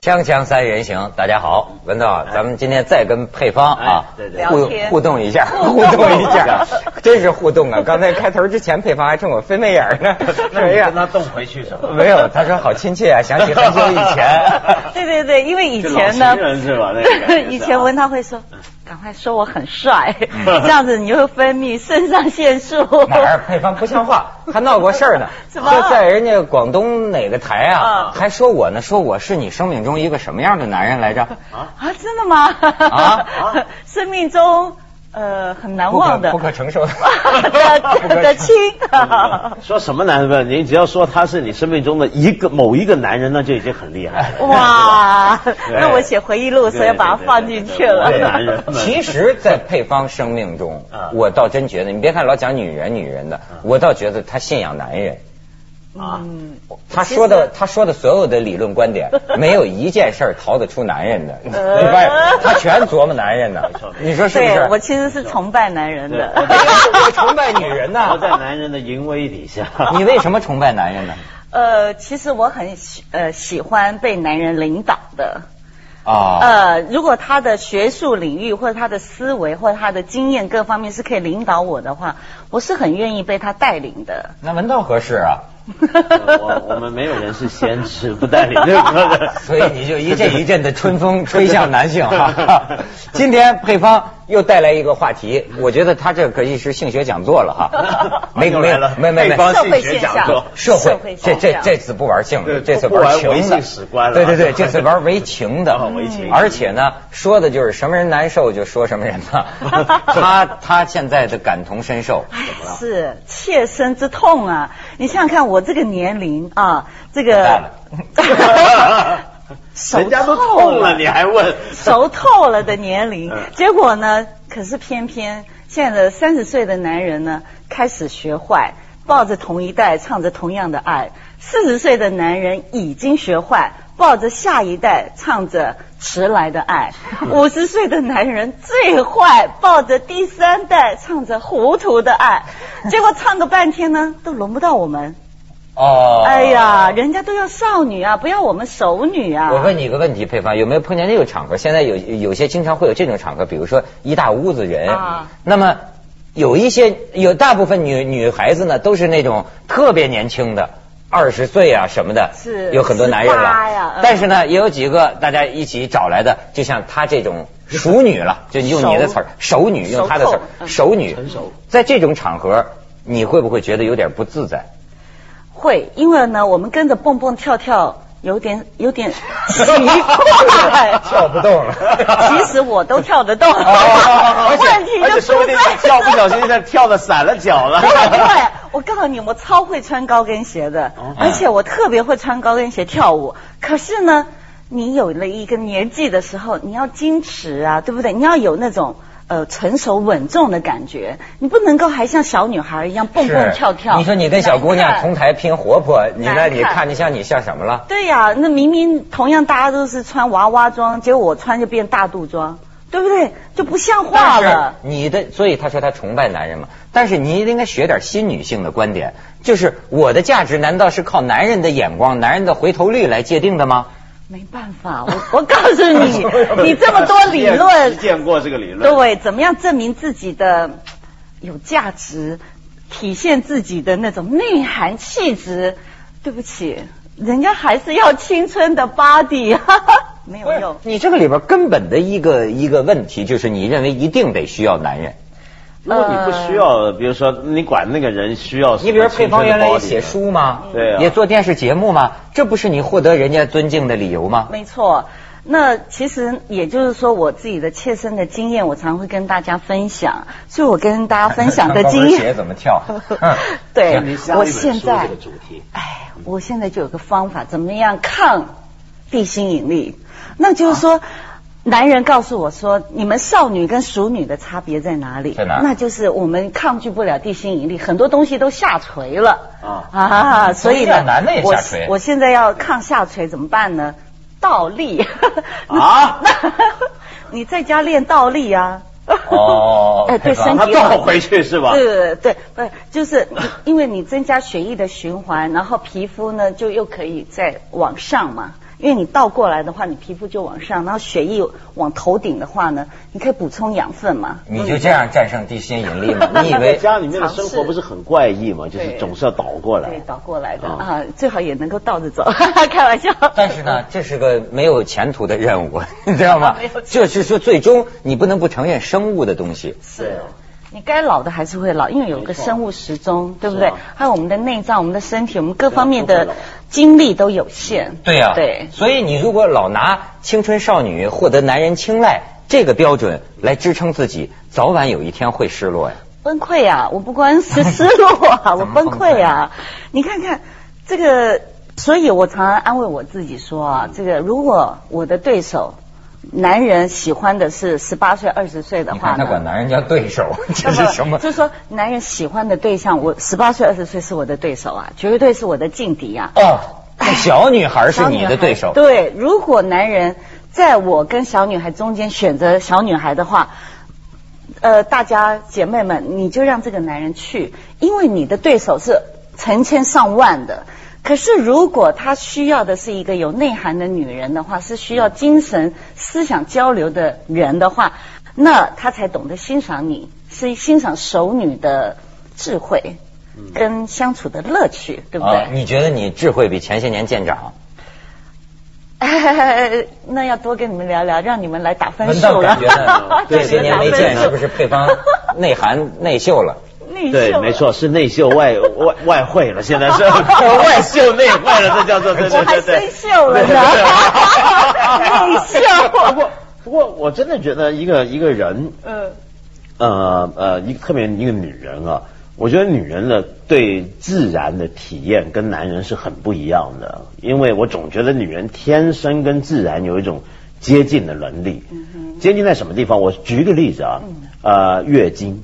锵锵三人行，大家好，文道，哎咱们今天再跟配方啊哎对对互聊天互动一 下，互动一 下，真是互动啊！刚才开头之前，配方还冲我翻白眼儿呢， 那谁你呀跟？他动回去什么？没有，他说好亲切啊，想起很久以前。 对对对，因为以前这老呢实人是吧那个感觉是啊 嗯以前文涛会说，赶快说我 很帅，这样子你就会分泌肾上腺素。哪儿配方不像话，还闹过事儿呢。怎么就在人家广东哪个台啊，啊还说我呢，说我是你生命中一个什么样的男人来着？ 啊，真的吗？啊啊 生命中呃很难 忘的不可不可承 受的 的的的 亲。说什么男人？您只要说他是你生命中的一个某一个男人，那就已经很厉害了。 哇，对那我写回忆录，所以把它放进去了。对男人们其实，在配方生命中啊，我倒真觉得，你别看老讲女人女人的，我倒觉得他信仰男人。啊，嗯，他说的其实他说的所有的理论 观点，没有一件事儿逃得出男人的。你发现他全琢磨男人呢没错，你说是不呃对我是？其实是崇拜男人对的。我哎呀我崇拜女人活呐。在男人的淫威底下。你为什么崇拜男人呢？ 呃，其实我很喜呃喜欢被男人领导的。啊，呃，如果他的学术领域或者他的思维或者他的经验各方面是可以领导我的话，我是很愿意被他带领 的。那文道合适啊，我我们没有人是先知，不带领任何人。所以你就一阵一 阵的春风吹向男性哈。今天配方又带来一个话题，我觉得他这可以是性学讲座了哈。 没又没来有了没没没配。方社性会学现讲象座，社社会会这现这象这次不玩性的，对这次不玩唯情的，性史观了对对对，这次玩为情 的啊，为情而且呢，说的就是什么人难受就说什么人 嘛。他他现在的感同身受，哎，是切身之痛啊！你想想看，我这个年龄啊，这个 手人家都痛了，你还问？熟透了的年龄嗯，结果呢？可是偏偏现在的三十岁的男人呢，开始学坏，抱着同一代，唱着同样的爱；四十岁的男人已经学坏，抱着下一代，唱着迟来的 爱；五十岁的男人最坏，抱着第三代，唱着糊涂的爱。结果唱个半天呢，都轮不到我们。哦，哎呀，人家都要少女啊，不要我们熟女啊。我问你一个问题，佩芳，有没有碰见那个场合？现在有有些经常会有这种场合，比如说一大屋子人，啊那么有一些有大部分女女孩子呢，都是那种特别年轻的。二十岁啊什么的，是有很多男人18呀了嗯，但是呢，也有几个大家一起找来的，就像她这种熟女了，就用你的词儿，熟女，用她的词熟透儿，嗯熟女成熟，在这种场合，你会不会觉得有点不自在？。会，因为呢，我们跟着蹦蹦跳跳，有点有点奇怪 跳不动了哦其实我都跳得动， 而且问题而且就出说不定在你跳不小心在跳的散了脚了。对 对，我告诉你，我超会穿高跟鞋的哦，而且我特别会穿高跟鞋跳舞。可是呢，你有了一个年纪的时候，你要矜持啊，对不对？你要有那种。呃，成熟稳重的感觉，你不能够还像小女孩一样蹦蹦是跳跳。你说你跟小姑难娘看同台拼活泼，你那你难看看你像你像什么了？对呀、那明明同样大家都是穿娃娃装，结果我穿就变大肚装，对不对？就不像话了。但是你的，所以他说他崇拜男人嘛。但是你应该学点新女性的观点，就是我的价值难道是靠男人的眼光、男人的回头率来界定的吗？没办法，我我告诉 你，你这么多理论，见过这个理论。对，怎么样证明自己的有价值，体现自己的那种内涵气质？对不起，人家还是要青春的 body，哈哈，没有用。你这个里边根本的一个一个问题就是，你认为一定得需要男人。如果你不需要，比如说你管那个人需要什么你比如配青春方的原来也 body 写呢书吗？嗯对啊也做电视节目吗？这不是你获得人家尊敬的理由吗？没错，那其实也就是说，我自己的切身的经验，我常会跟大家分享。所以我跟大家分享的 经验，怎么 跳嗯对 那您下一我本书现在这个主题，哎，我现在就有个方法，怎么样抗地心引力？那就是说。男人告诉我说：“你们少女跟熟女的差别在哪里？在哪那就是我们抗拒不了地心引力，很多东西都下垂了啊啊，所以所以呢这，男的也我下垂我现在要抗下垂怎么办呢？倒立 啊！你在家练倒立啊？哦 哎，对配身方体把它好倒回去是吧？对对对，不是，就是你因为你增加血液的循环，然后皮肤呢就又可以再往上嘛。因为你倒过来的话，你皮肤就往上，然后血液往头顶的话呢，你可以补充养分嘛。你就这样战胜地心引 力吗？你以在为家里面的生活不是很怪异吗？就对是总是要倒过来。对，倒过来的、嗯啊，最好也能够倒着走， 开玩笑。但是呢，这是个没有前途的任务， 你知道吗 没有前？途这是说最终你不能不承认生物的东西。对是。你该老的还是会老，因为有个没错生物时钟，对不对是啊？还有我们的内脏、我们的身体、我们各对啊方面都会老的精力都有限。对呀、对所以你如果老拿青春少女获得男人青睐这个标准来支撑自己，早晚有一天会失落呀。崩溃啊！我不光是失落啊，我崩溃啊！你看看这个，所以我常常安慰我自己说啊，这个如果我的对手男人喜欢的是十八岁、二十岁的你话看他管 呢？男人叫对手，这那是么什么？就是说，男人喜欢的对象，我十八岁、二十岁是我的对手啊，绝对是我的劲敌啊。哦，那小女孩是你的对手。对，如果男人在我跟小女孩中间选择小女孩的话，呃，大家姐妹们，你就让这个男人去，因为你的对手是成千上万的。可是，如果他需要的是一个有内涵的女人的话，是需要精神思想交流的人的话，那他才懂得欣赏你，是欣赏熟女的智慧跟相处的乐趣，对不对？啊你觉得你智慧比前些年见长？ 那要多跟你们聊聊，让你们来打分那数我了，感觉呢 这些年没见，啊是不是配方内内涵内秀了？内啊秀对，了没。错，是内秀 外外外汇了，现在是 外秀内外了，这叫做对对我对还生对。锈了呢， 内不秀。过不过，我真的觉得一个一个人，嗯，呃呃，一个特别一个女人啊，我觉得女人的对自然的体验跟男人是很不一样的，因为我总觉得女人天生跟自然有一种接近的能力。嗯接近在什么地方？我举一个例子啊，呃，月经，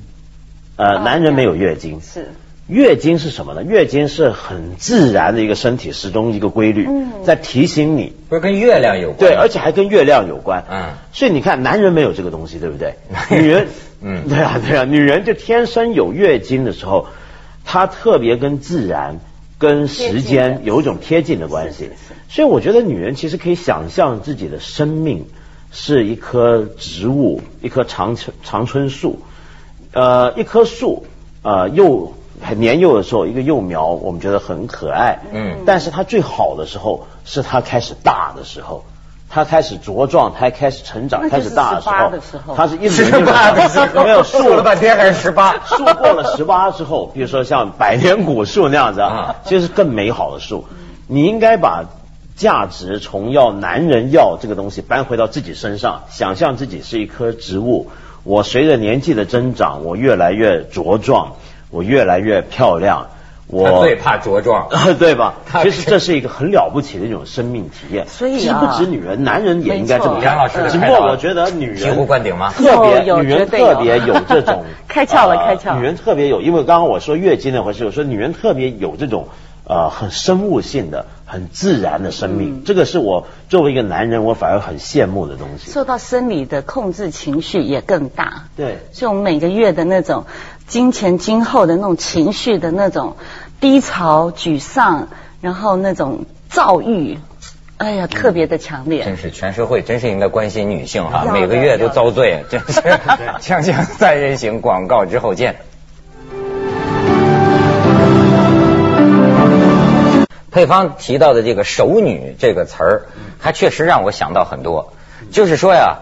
呃，哦男人没有月经，是月经是什么呢？月经是很自然的一个身体时钟一个规律，嗯在提醒你。不是跟月亮有关？对，而且还跟月亮有关。嗯所以你看，男人没有这个东西，对不对？女人， 嗯对啊，对啊，女人就天生有月经的时候，她特别跟自然、跟时贴近间有一种贴近的关系。是是是所以我觉得女人其实可以想象自己的生命是一棵植物，一棵常春常春树。呃，一棵树，呃，幼很年幼的时候，一个幼苗，我们觉得很可爱。嗯但是它最好的时候是它开始大的时候，它开始茁壮，它开始成长，那就开是始大的时18候，的时候它是一直十八的时 候没有说树了半天还是十八，树过了十八之后，比如说像百年古树那样子啊啊，其实更美好的树。你应该把价值从要男人要这个东西搬回到自己身上，想象自己是一棵植物。我随着年纪的增长，我越来越茁壮，我越来越漂亮。他我最怕茁壮。 对 吧他？其实这是一个很了不起的一种生命体验。所以其实啊不止女人，男人也应该这么没错杨干。老师的只不开导过我觉得女醍人醐灌顶吗特别有有女人绝对有特别有这种 开窍了呃开窍了女人特别有，因为刚刚我说月经那回事，我说女人特别有这种。呃，很生物性的、很自然的生嗯命，这个是我作为一个男人，我反而很羡慕的东西。受到生理的控制，情绪也更大。对，所以我们每个月的那种金钱今后的那种情绪的那种低潮、沮丧，然后那种躁郁，哎呀，特别的强烈。真是全社会真是应该关心女性哈、要的每个月都遭罪，真是。锵锵三人行，广告之后见。配方提到的这个“熟女”这个词儿，它确实让我想到很多。就是说呀，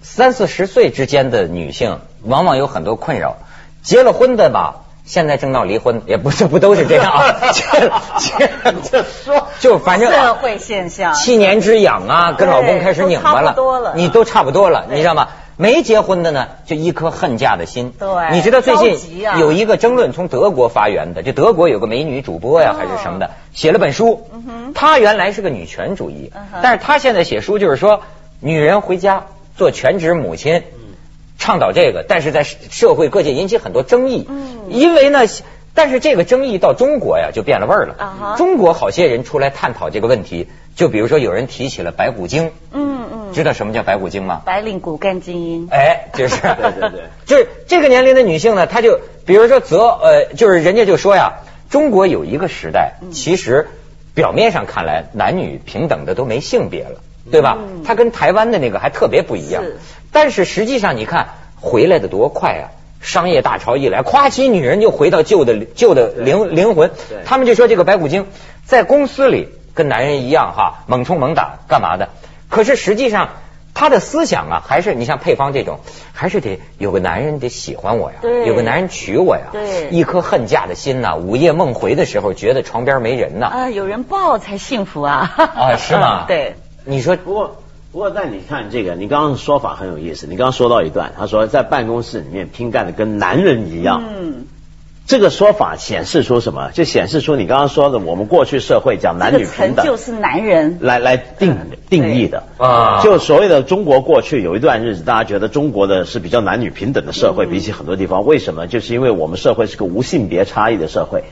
三四十岁之间的女性，往往有很多困扰。结了婚的吧，现在正闹离婚，也不是不都是这样啊。 这这说，就反正社会现象。七年之痒啊，跟老公开始拧巴都差不多了你都差不多了，你知道吗？没结婚的呢，就一颗恨嫁的心。对你知道最着近急啊有一个争论从德国发源的，就德国有个美女主播呀哦还是什么的，写了本书。她原来是个女权主义嗯哼，但是她现在写书就是说，女人回家做全职母亲，嗯倡导这个，但是在社会各界引起很多争议。嗯因为呢。但是这个争议到中国呀，就变了味儿了。啊哈中国好些人出来探讨这个问题，就比如说有人提起了白骨精，嗯嗯，知道什么叫白骨精吗？白领骨干精英。哎，就是， 对对对，就是 这个年龄的女性呢，她嗯就比如说择呃，就是人家就说呀，中国有一个时代，其实表面上看来男女平等的都没性别了，对吧？嗯它跟台湾的那个还特别不一样是。但是实际上你看回来的多快啊！商业大潮一来，夸起女人就回到旧的旧的灵灵魂对。他们就说这个白骨精在公司里跟男人一样哈，猛冲猛打干嘛的？可是实际上他的思想啊，还是你像配方这种，还是得有个男人得喜欢我呀，对有个男人娶我呀，对一颗恨嫁的心呐、午夜梦回的时候觉得床边没人呐、啊、有人抱才幸福啊！啊是吗 对，你说不过，不过，但你看这个，你刚刚说法很有意思。你刚刚说到一段，他说在办公室里面拼干的跟男人一样，嗯，这个说法显示出什么？就显示出你刚刚说的，我们过去社会讲男这女个平成等，就是嗯男人，来来定定义的啊就所谓的中国过去有一段日子，大家觉得中国的是比较男女平等的社嗯会，比起很多地方，为什么？就是因为我们社会是个无性别差异的社会。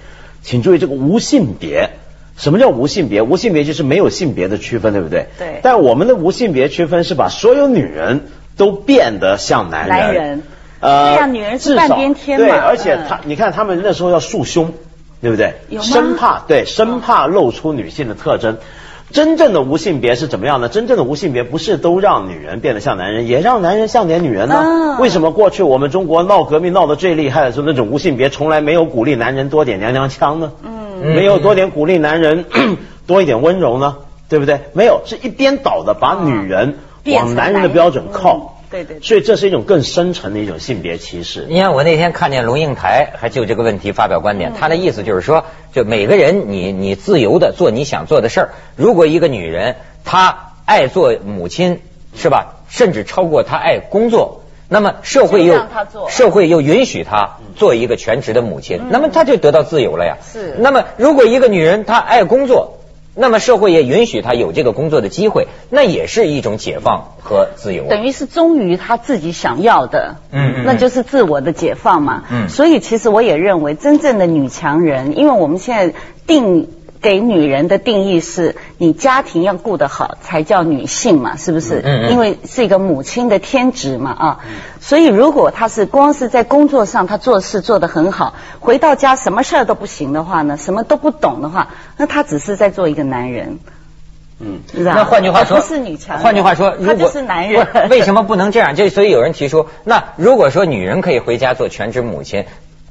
请注意这个无性别，什么叫无性别？无性别就是没有性别的区分，对不对？对但我们的无性别区分是把所有女人都变得像男人。男人对呀女人呃至是少半边天嘛对，而且嗯他，你看他们那时候要束胸，对不对？有吗哦生怕对，生怕露出女性的特征。真正的无性别是怎么样呢？真正的无性别不是都让女人变得像男人，也让男人像点女人呢、啊为什么过去我们中国闹革命闹得最厉害的时候，那种无性别从来没有鼓励男人多点娘娘腔呢？嗯，嗯没有多点鼓励男人 多一点温柔呢？对不对？没有，是一边倒的把女人哦变往成男人的标准靠。嗯对对对所以这是一种更深层的一种性别歧视。你看，我那天看见龙应台还就这个问题发表嗯观点，他的意思就是说，就每个人你你自由的做你想做的事儿。如果一个女人她爱做母亲，是吧？甚至超过她爱工作，那么社会就又让她做嗯社会又允许她做一个全职的母亲，那么她就得到自由了呀。是那么如果一个女人她爱工作，那么社会也允许她有这个工作的机会，那也是一种解放和自由啊。等于是忠于他自己想要的，嗯嗯那就是自我的解放嘛。嗯所以其实我也认为，真正的女强人，因为我们现在定。给女人的定义是你家庭要顾得好才叫女性嘛，是不是？嗯嗯因为是一个母亲的天职嘛啊，所以如果她是光是在工作上她做事做得很好，回到家什么事儿都不行的话呢，什么都不懂的话，那她只是在做一个男人，嗯，是吧？那换句话说，她啊哎不是女强人，换句话说，如她果就是男人不是。为什么不能这样？就所以有人提出，那如果说女人可以回家做全职母亲，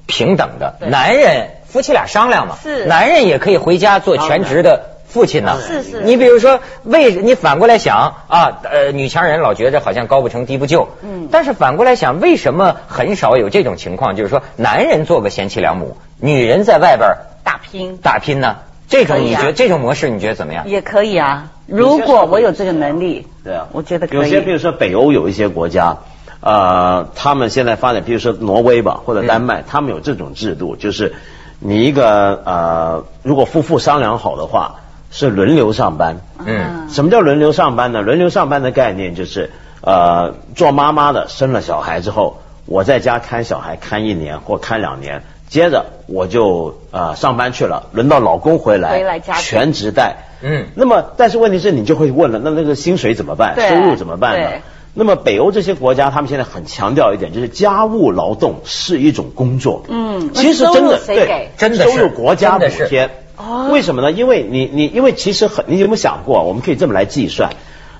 平等的，对男人夫妻俩商量嘛，是男人也可以回家做全职的。父亲呢？当然是是你比如说，为你反过来想啊，呃，女强人老觉着好像高不成低不就，嗯但是反过来想，为什么很少有这种情况？就是说，男人做个贤妻良母，女人在外边打拼打拼呢？这可种以你啊觉得这种模式你觉得怎么样？也可以啊。如果我有这个能力，对啊，我觉得有可些，比如以。说北欧有一些国家，呃，他们现在发展，比如说挪威吧，或者丹嗯麦，他们有这种制度，就是你一个呃，如果夫妇商量好的话，是轮流上班。嗯嗯，什么叫轮流上班呢？轮流上班的概念就是，呃，做妈妈的生了小孩之后，我在家看小孩看一年或看两年，接着我就呃上班去了，轮到老公回来，回来家庭全职带。嗯那么，但是问题是你就会问了，那那个薪水怎么办？对收入怎么办呢对？那么北欧这些国家，他们现在很强调一点，就是家务劳动是一种工作。嗯其实那收真入的谁对给，真的收入是国家补真的是贴。哦为什么呢？因为你你因为其实很，你有没有想过，我们可以这么来计算：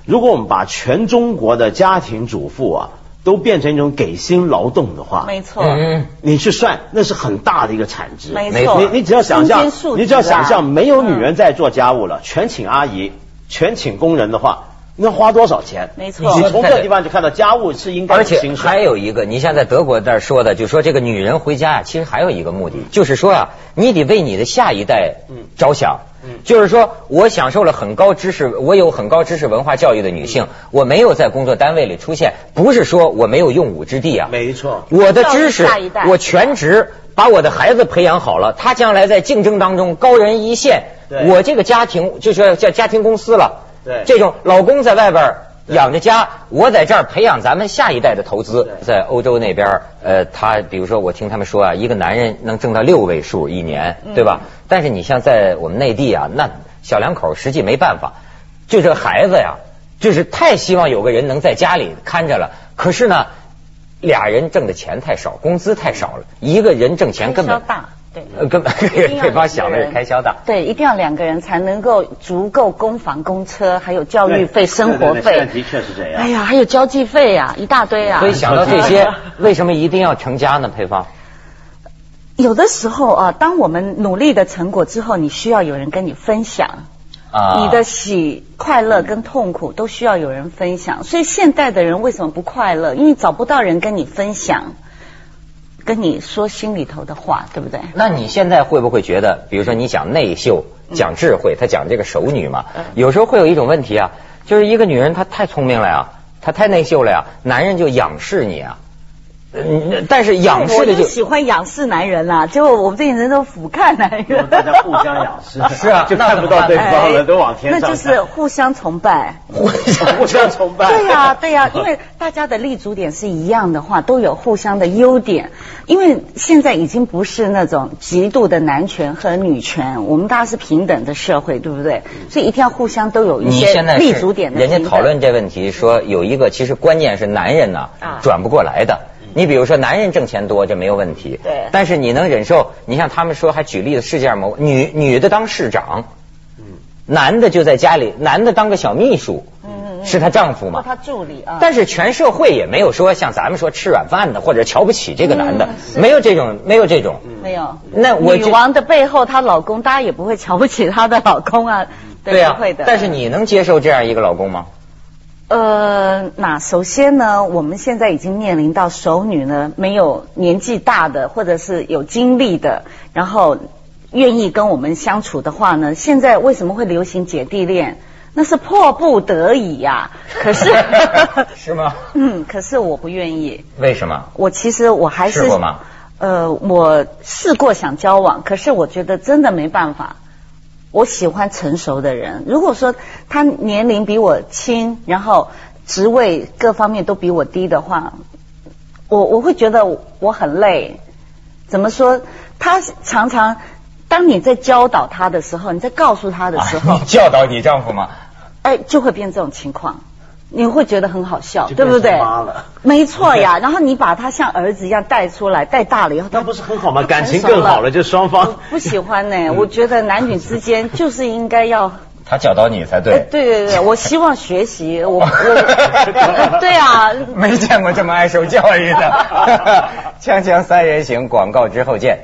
如果我们把全中国的家庭主妇啊都变成一种给薪劳动的话，没错，嗯你去算，那是很大的一个产值。没没错错。你你只要想象哦中间数，值啊嗯你只要想象没有女人在做家务了，全请阿姨，全请工人的话，那花多少钱？没错你从这个地方就看到家务是应该有而且薪水还有一个，你像在德国那儿说的，就说这个女人回家啊，其实还有一个目的，就是说啊，你得为你的下一代嗯着想。嗯就是说我享受了很高知识，我有很高知识文化教育的女嗯性，我没有在工作单位里出现，不是说我没有用武之地啊。没错。我的知识教育下一代，我全职把我的孩子培养好了，他将来在竞争当中高人一线对，我这个家庭就是叫家庭公司了。对这种老公在外边儿养着家，我在这儿培养咱们下一代的投资对。在欧洲那边儿，呃，他比如说我听他们说啊，一个男人能挣到六位数一年，对吧？但是你像在我们内地啊，那小两口实际没办法，就这孩子呀，就是太希望有个人能在家里看着了，可是呢。俩人挣的钱太少，工资太少了，一个人挣钱根开销本大 对，呃，根本一定给要 对方两个想的也人开销大。 对，一定要两个人才能够足够供房、供车，还有教育对费、生活对对对现在费。的确是这样。哎呀，还有交际费呀、一大堆啊所。以想到这些，为什么一定要成家呢？配方，有的时候啊，当我们努力的成果之后，你需要有人跟你分享。啊你的喜、快乐跟痛苦都需要有人分享，所以现代的人为什么不快乐？因为找不到人跟你分享，跟你说心里头的话，对不对？那你现在会不会觉得，比如说你讲内秀，嗯讲智慧，他讲这个熟女嘛，有时候会有一种问题啊，就是一个女人她太聪明了呀，她太内秀了呀，男人就仰视你啊。嗯，但是仰视哎我的就就，喜欢仰视男人啦、结果我们这些人都俯瞰男我人们，大家互相 仰视是啊就那看不怎么到办对方了，哎都往天上那看。就是互相崇拜。互 相互相崇拜。对呀、对呀、因为大家的立足点是一样的话，都有互相的优点。因为现在已经不是那种极度的男权和女权，我们大家是平等的社会，对不对？所以一定要互相都有一你些现嗯在立是足点的人家平等讨论这问题说有一个，其实关键是男人呐、啊嗯转不过来的。你比如说，男人挣钱多，这没有问题。对但是你能忍受？你像他们说，还举例子，世界上某女女的当市长，嗯男的就在家里，男的当个小秘书，是她丈夫嗯包括嘛？他助理啊。但是全社会也没有说像咱们说吃软饭的，或者瞧不起这个男的嗯，是没有这种，没有这种。嗯没有，那我女就王的背后，她老公，大家也不会瞧不起她的老公啊，对不啊会的。，但是你能接受这样一个老公吗？，呃，那首先呢，我们现在已经面临到熟女呢，没有年纪大的，或者是有经历的，然后愿意跟我们相处的话呢，现在为什么会流行姐弟恋？那是迫不得已呀、可是 是吗？嗯，可是我不愿意。为什么？我其实我还是试过吗？呃，我试过想交往，可是我觉得真的没办法。我喜欢成熟的人。如果说他年龄比我轻，然后职位各方面都比我低的话，我我会觉得我很累。怎么说？他常常，当你在教导他的时候，你在告诉他的时候， 啊你教导你丈夫吗？哎，就会变这种情况，你会觉得很好笑，就变对不成对妈了？没错 呀。然后你把他像儿子一样带出来，带大了以后，那不是很好吗？他感情成熟更好了，就双我方。嗯不喜欢呢、我觉得男女之间就是应该要，他教导你才哎对。对对对，我希望学习，我我， 对啊， 没见过这么爱受教育的。 锵锵三人行，广告之后见。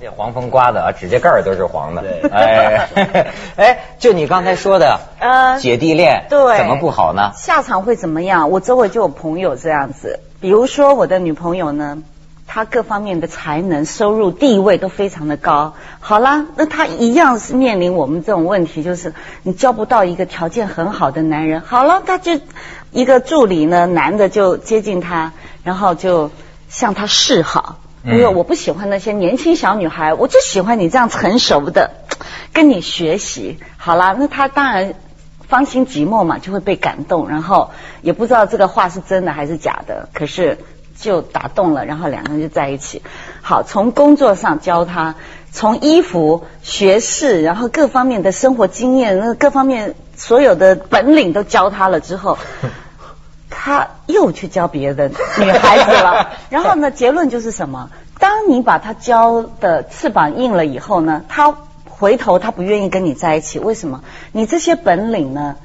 这黄风刮的啊，指甲盖儿都是黄的。对哎 哎，就你刚才说的，呃姐弟恋对怎么不好呢？下场会怎么样？我周围就有朋友这样子，比如说我的女朋友呢，她各方面的才能、收入、地位都非常的高。好啦，那她一样是面临我们这种问题，就是你交不到一个条件很好的男人。好了，她就一个助理呢，男的就接近她，然后就向她示好。嗯因为我不喜欢那些年轻小女孩，我就喜欢你这样成熟的，跟你学习。好啦，那她当然芳心寂寞嘛，就会被感动，然后也不知道这个话是真的还是假的，可是就打动了，然后两个人就在一起。好，从工作上教他，从衣服、学识，然后各方面的生活经验，那各方面所有的本领都教他了之后。他又去教别的女孩子了， 然后呢，结论就是什么？当你把他教的翅膀硬了以后呢，他回头他不愿意跟你在一起，为什么？你这些本领呢，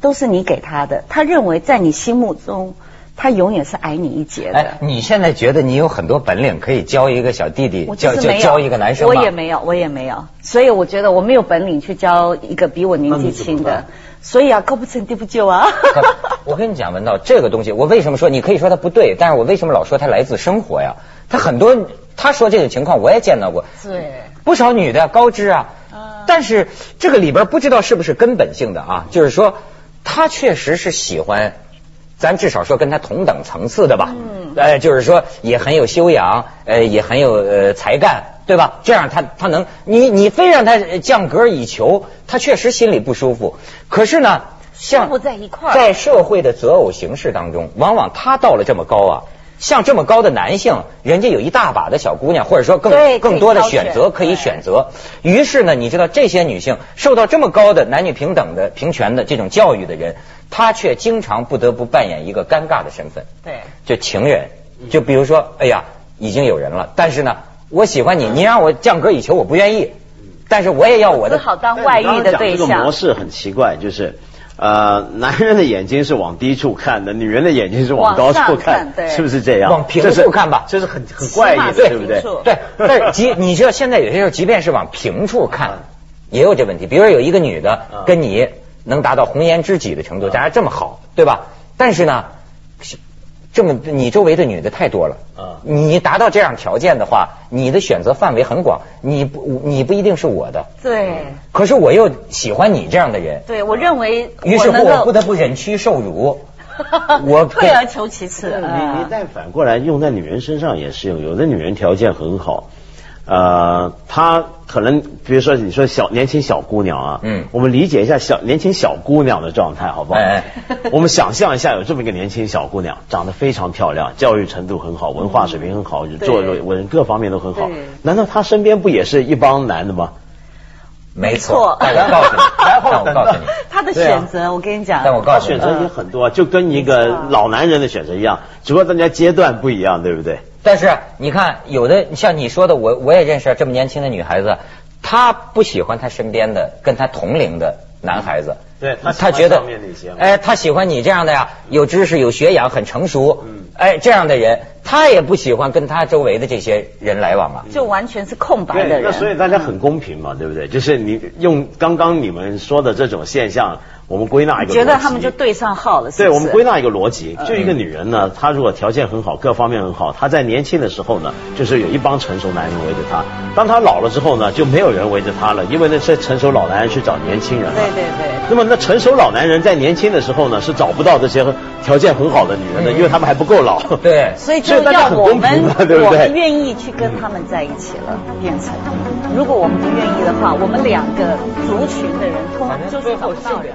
都是你给他的，他认为在你心目中，他永远是矮你一截的。哎，你现在觉得你有很多本领可以教一个小弟弟我，教就是教没有教一个男生我吗？也没有，我也没有，所以我觉得我没有本领去教一个比我年纪轻嗯那你怎么的办，所以啊，高不成低不就 啊。我跟你讲，文道这个东西，我为什么说你可以说它不对，但是我为什么老说它来自生活呀？他很多他说这种情况我也见到过，对。不少女的高知啊啊，但是这个里边不知道是不是根本性的啊，就是说她确实是喜欢，咱至少说跟她同等层次的吧，嗯呃，就是说也很有修养，呃，也很有呃才干。对吧？这样她她能，你你非让她降格以求，她确实心里不舒服。可是呢，像不在一块儿在社会的择偶形式当中，往往她到了这么高啊，像这么高的男性，人家有一大把的小姑娘，或者说更对更多的可以挑选选择可以对选择。于是呢，你知道这些女性受到这么高的男女平等的平权的这种教育的人，他却经常不得不扮演一个尴尬的身份，对，就情人。就比如说，哎呀，已经有人了，但是呢，我喜欢你，你让我降格以求，我不愿意，但是我也要我只的。好当外遇的对哎但你刚刚讲这个模象。式很奇怪，就是。呃，男人的眼睛是往低处看的，女人的眼睛是往高往处上看，看对是不是这样？往平这是处看吧这是很很怪异的，起码是对不对 平？处对，但是即你知道现在有些时候，即便是往平处看，也有这问题。比如说有一个女的嗯跟你能达到红颜知己的程度，嗯大家这么好，对吧？但是呢，是这么你周围的女的太多了嗯，你达到这样条件的话，你的选择范围很广，你不你不一定是我的，对，可是我又喜欢你这样的人，对我认为于我是乎能我不够，得不忍屈受辱， 我退而求其次。你你嗯但反过来用在女人身上也适用，有的女人条件很好，呃，她可能比如说你说小年轻小姑娘啊，嗯我们理解一下小年轻小姑娘的状态好不好？哎我们想象一下有这么一个年轻小姑娘，长得非常漂亮，教育程度很好，文化水平很好，做嗯对文各方面都很好对，难道她身边不也是一帮男的吗？没没错错。但我告诉 你，然后但我等告诉到你，他的对啊选择，我跟你讲，但我告她诉你选，择也很多，就跟一个老男人的选择一样，只不过大家阶段不一样，对不对？但是你看，有的像你说的，我我也认识这么年轻的女孩子，她不喜欢她身边的跟她同龄的男孩子。对她喜她欢觉得上面那些嘛，哎，她喜欢你这样的呀，有知识、有学养、很成熟，嗯哎，这样的人，她也不喜欢跟她周围的这些人来往嗯啊。就完全是空白的对，人。嗯那所以大家很公平嘛，对不对？就是你用刚刚你们说的这种现象，我们归纳一个逻辑，觉得他们就对嗯上号了，是对，不是我们归纳一个逻辑，就一个女人呢，她如果条件很好，各方面很好，她在年轻的时候呢，就是有一帮成熟男人围着她；当她老了之后呢，就没有人围着她了，因为那些成熟老男人去找年轻人了。对对对那么那成熟老男人在年轻的时候呢，是找不到这些条件很好的女人的，嗯因为他们还不够老。对，所以所就以大家要很我公们平嘛对不对我们愿意去跟他们在一起了，变成。如果我们不愿意的话，我们两个族群的人通反常正就是最后找不到性人。